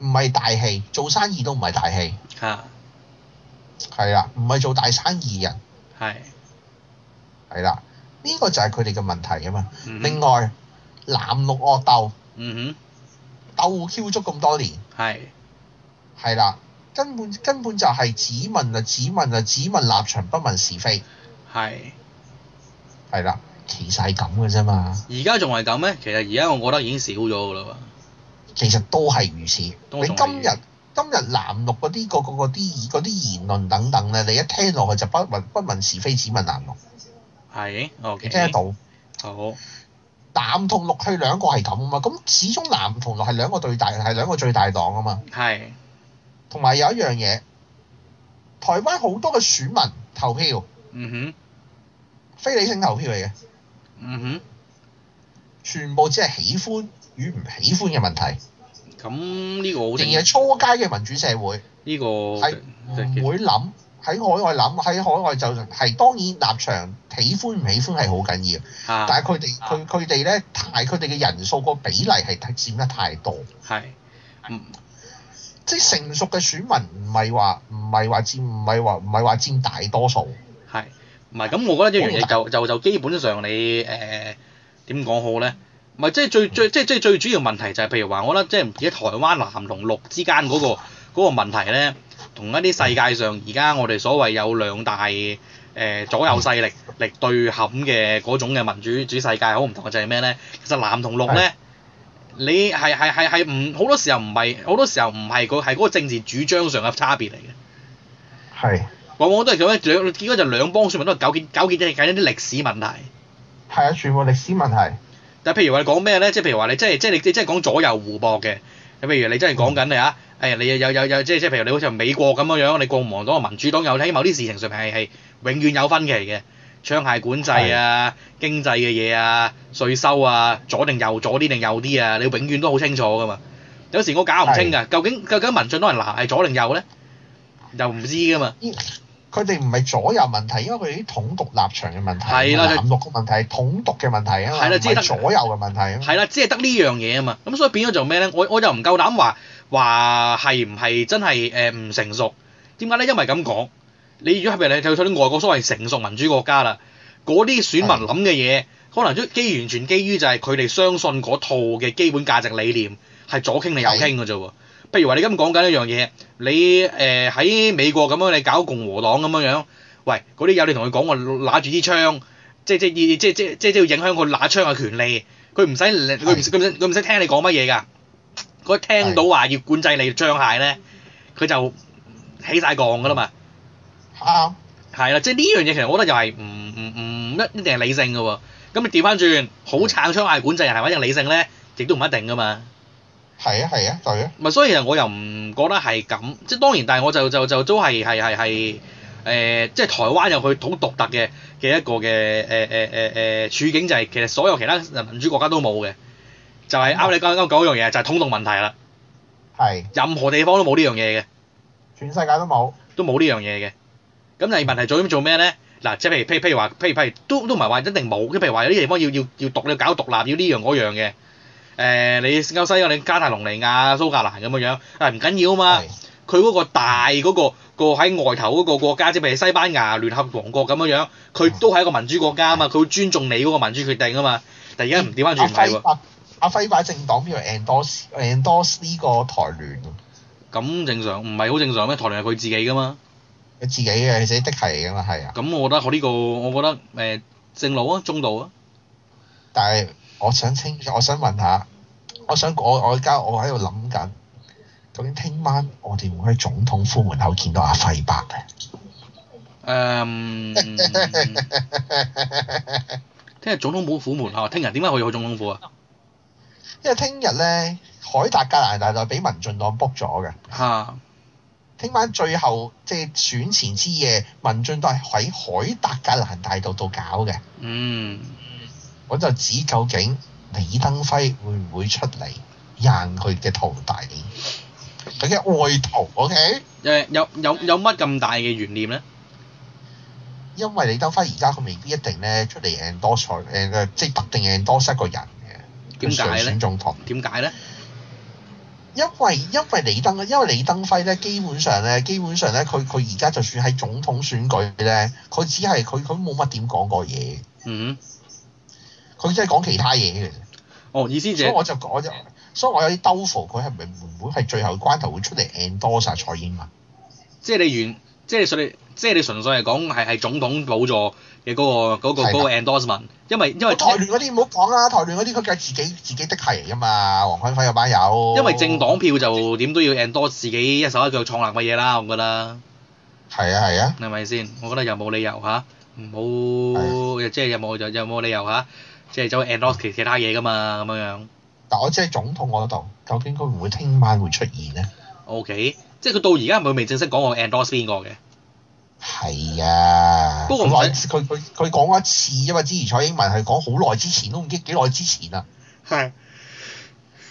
S3: 唔係大氣，做生意都唔係大氣，
S2: 嚇
S3: 係啦，唔係做大生意人，
S2: 係
S3: 係啦，呢、個就係佢哋嘅問題啊嘛。
S2: 嗯
S3: 另
S2: 哼
S3: 外，藍綠惡鬥
S2: 嗯
S3: 鬥 Q 足咁多年。
S2: 哼係
S3: 係啦，根本根本就係只問啊，只問啊，只問立場，不問是非，
S2: 係
S3: 係啦，其實係咁嘅啫嘛，
S2: 而家仲係咁咩？其實而家我覺得已經少咗噶啦
S3: 其實都係如此。
S2: 都仲
S3: 你
S2: 係
S3: 今日今日藍綠嗰啲個個嗰啲嗰啲言論等等咧，你一聽落去就不問不問是非，只問藍綠，
S2: 喎，係
S3: 你聽得
S2: OK
S3: 到？
S2: 好
S3: 藍同綠係兩個係咁啊嘛，咁始終藍同綠係兩個對大係兩個最大黨啊嘛，
S2: 係
S3: 同埋有一樣嘢，台灣好多嘅選民投票
S2: 嗯哼，
S3: 非理性投票嚟嘅，
S2: 嗯
S3: 全部只係喜歡與唔喜歡嘅問題，
S2: 哼，咁呢個好
S3: 仍
S2: 正，
S3: 然係初階嘅民主社會。
S2: 呢個
S3: 係唔會諗喺海外諗，喺海外就係當然立場喜歡唔喜歡係好緊要，
S2: 啊
S3: 但係佢哋佢佢哋咧太佢哋嘅人數個比例係佔得太多，
S2: 係，嗯
S3: 即係成熟嘅選民唔係話唔係話佔唔係話唔係話佔大多數，
S2: 係，唔係咁，我覺得一樣嘢就就就基本上你誒呃點講好咧？唔係即係最最即係即係最主要問題就係譬如話，我覺得即係而家台灣藍同綠之間嗰、個嗰、個問題咧，同一啲世界上而家我哋所謂有兩大誒、左右勢力力對冚嘅嗰種嘅民主主世界好唔同嘅就係咩咧？其實藍同綠咧。你係係係係唔好多時候唔係好多時候唔係個係嗰個政治主張上嘅差別嚟嘅，
S3: 係
S2: 往往都係咁樣，兩結果就兩幫選民都係糾結糾結緊緊啲歷史問題。
S3: 係啊，全部歷史問題
S2: 但係譬如話你講咩咧？即係譬如話你即係即係你即係講左右互搏嘅。咁譬如你真係講緊你啊，誒你有有有即係即係譬如你好似美國咁樣樣，你共和黨同民主黨有喺某啲事情上面係係永遠有分歧嘅，槍械管制啊、經濟嘅嘢啊、稅收啊、左定右、左啲定右啲啊，你永遠都好清楚噶嘛。有時我搞唔清㗎，究竟究竟民進黨係嗱係左定右咧，又唔知㗎嘛。
S3: 佢哋唔係左右問題，因為佢哋啲統獨立場嘅問題，啊
S2: 係啦就
S3: 藍綠嘅問題，統獨嘅問題啊嘛，
S2: 係啦
S3: 唔
S2: 知得
S3: 係左右嘅問題啊嘛，
S2: 係啦，只係得呢樣嘢啊嘛，咁所以變咗做咩咧？我我又唔夠膽話話係唔係真係誒唔成熟？點解咧？因為咁講，你如果係咪你就算外國所謂成熟民主國家啦，嗰啲選民諗嘅嘢，可能都基完全基於就係佢哋相信嗰套嘅基本價值理念係左傾定右傾嘅啫喎。譬如話你今講緊一樣嘢，你誒喺、美國咁樣，你搞共和黨咁樣樣，喂嗰啲友你同佢講我揦住支槍，即即即即即即即要影響佢揦槍嘅權利，佢唔使理佢唔佢唔使佢唔使聽你講乜嘢㗎，佢一聽到話要管制你槍械咧，佢就起晒槓㗎啦嘛。
S3: 啱
S2: 係啦，即係呢樣嘢其實我覺得又係唔唔唔一一定係理性嘅喎。咁你調翻轉，好撐槍械管制人係咪一定理性咧？亦都唔一定㗎嘛。
S3: 係啊係啊對啊，
S2: 咪所以其實我又唔覺得係咁，即係當然，但係我就就就都係係係係誒，即係台灣有佢好獨特嘅嘅一個嘅誒誒誒誒處境，就係其實所有其他民主國家都冇嘅，就係啱你啱啱講一樣嘢，就係統獨問題啦，
S3: 係
S2: 任何地方都冇呢樣嘢嘅。
S3: 全世界都冇，
S2: 都冇呢樣嘢嘅。咁但係問題做咁做咩咧？嗱，即係譬如譬如譬如話，譬如譬如都都唔係話一定冇，即係譬如話有啲地方要要要獨立搞獨立，要呢樣嗰樣嘅。誒、你歐西歐你加泰隆尼亞、蘇格蘭咁樣樣，啊唔緊要啊嘛
S3: 係。
S2: 佢嗰個大嗰、個個喺外頭嗰個國家，即係譬如西班牙聯合王國咁樣樣，佢都係一個民主國家啊嘛，佢會尊重你嗰個民主決定啊嘛。但係而家唔調翻轉
S3: 阿
S2: 唔係
S3: 輝
S2: 喎，
S3: 伯阿輝伯政黨邊度 endorse endorse 呢個台聯？
S2: 咁正常唔係好正常咩？台聯係佢自己噶嘛。
S3: 佢自己嘅，佢自己的係㗎嘛，係啊。
S2: 咁我覺得我呢、個，我覺得誒、正路啊，中道啊。
S3: 但係我想清，我想問下，我想我我而家我喺度諗緊，究竟聽晚我哋會喺總統府門口見到阿輝伯咧？
S2: 誒，聽日總統府虎門啊！聽日點解我要去總統府啊？
S3: 因為聽日咧，海達格蘭大道俾民進黨 book 咗嘅。
S2: 嚇，
S3: 聽晚最後即係選前之夜，民進黨係喺海達格蘭大道度搞嘅。
S2: 嗯，
S3: 我就指究竟李登輝會唔會出嚟贏佢嘅徒弟？佢嘅愛徒，OK？
S2: 誒有有有乜咁大嘅懸念咧？
S3: 因為李登輝而家佢未必一定咧出嚟 endorse 佢誒，即係特定 endorse 一個人嘅。
S2: 點解
S3: 佢
S2: 咧
S3: 上選總統，
S2: 點解咧？
S3: 因為因為李登因為李登輝咧，基本上咧，基本上咧，佢佢而家就算喺總統選舉咧，佢只係佢佢冇乜點講過嘢，
S2: 嗯，
S3: 佢真係講其他嘢嘅。
S2: 哦，意思就
S3: 所以
S2: 係
S3: 我就我就，所以我有啲兜伏，佢係咪會唔會係最後關頭會出嚟 endorse 啊蔡英文？
S2: 即係你原即係你純即係你純粹係講係係總統寶座嘅嗰個嗰個
S3: 係
S2: 嗰
S3: 啦
S2: 個 endorsement，因為因為
S3: 台聯嗰啲唔好講啦，台聯嗰啲佢梗係自己自己的係嚟噶嘛，黃坤輝嗰班友。
S2: 因為政黨票就點都要 endorse 自己一手一腳創立嘅嘢啦，我覺得。
S3: 係啊係啊，
S2: 係咪先？我覺得又冇理由嚇，唔好即係有冇有有冇理由嚇，即係走去 endorse 其其他嘢噶嘛咁樣樣。
S3: 但我即係總統嗰度，究竟佢會唔會聽晚會出現呢？
S2: O K，即係佢到而家佢未正式講我 endorse 邊個嘅。
S3: 係啊，
S2: 不過唔
S3: 佢
S2: 使
S3: 佢佢佢講過一次啫嘛，之前蔡英文係講好耐之前都唔知幾耐之前啦，
S2: 係。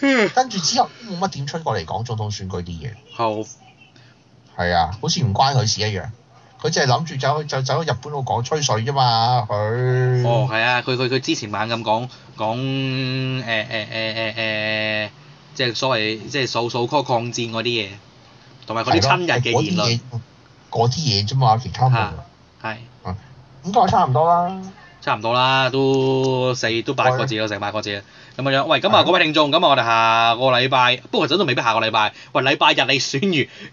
S2: 嗯
S3: 跟住之後冇乜點出過嚟講總統選舉啲嘢，
S2: 後
S3: 係啊，好似唔關佢事一樣，佢淨係諗住走去就走去日本度講吹水啫嘛，佢
S2: 哦，係啊，佢佢佢之前猛咁講講誒誒誒誒誒，即係所謂即係數數科抗戰嗰啲嘢，同埋嗰啲
S3: 係咯
S2: 親日嘅言論，，
S3: 嗰啲嘢嗰啲嘢啫嘛，其他冇，
S2: 係
S3: 應該係差唔多啦。
S2: 差唔多啦，都四都八個字啦，成八個字啦，咁樣樣。喂，咁啊，
S3: 啊係
S2: 各位聽眾，咁啊，我哋下個禮拜，不過陣都未必下個禮拜。喂，禮拜日你選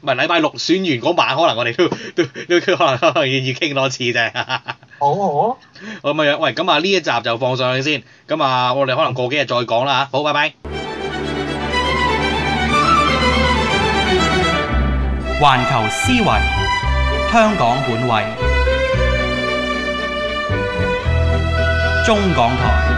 S2: 完，唔係禮拜六選完嗰晚，可能我哋都都都都可能可能要要傾多次啫。
S3: 好好啊，
S2: 咁樣樣，喂，咁啊呢一集就放上去先，咁啊我哋可能過幾日再講啦嚇，好，拜拜。
S1: 環球思維，香港本位，中港台。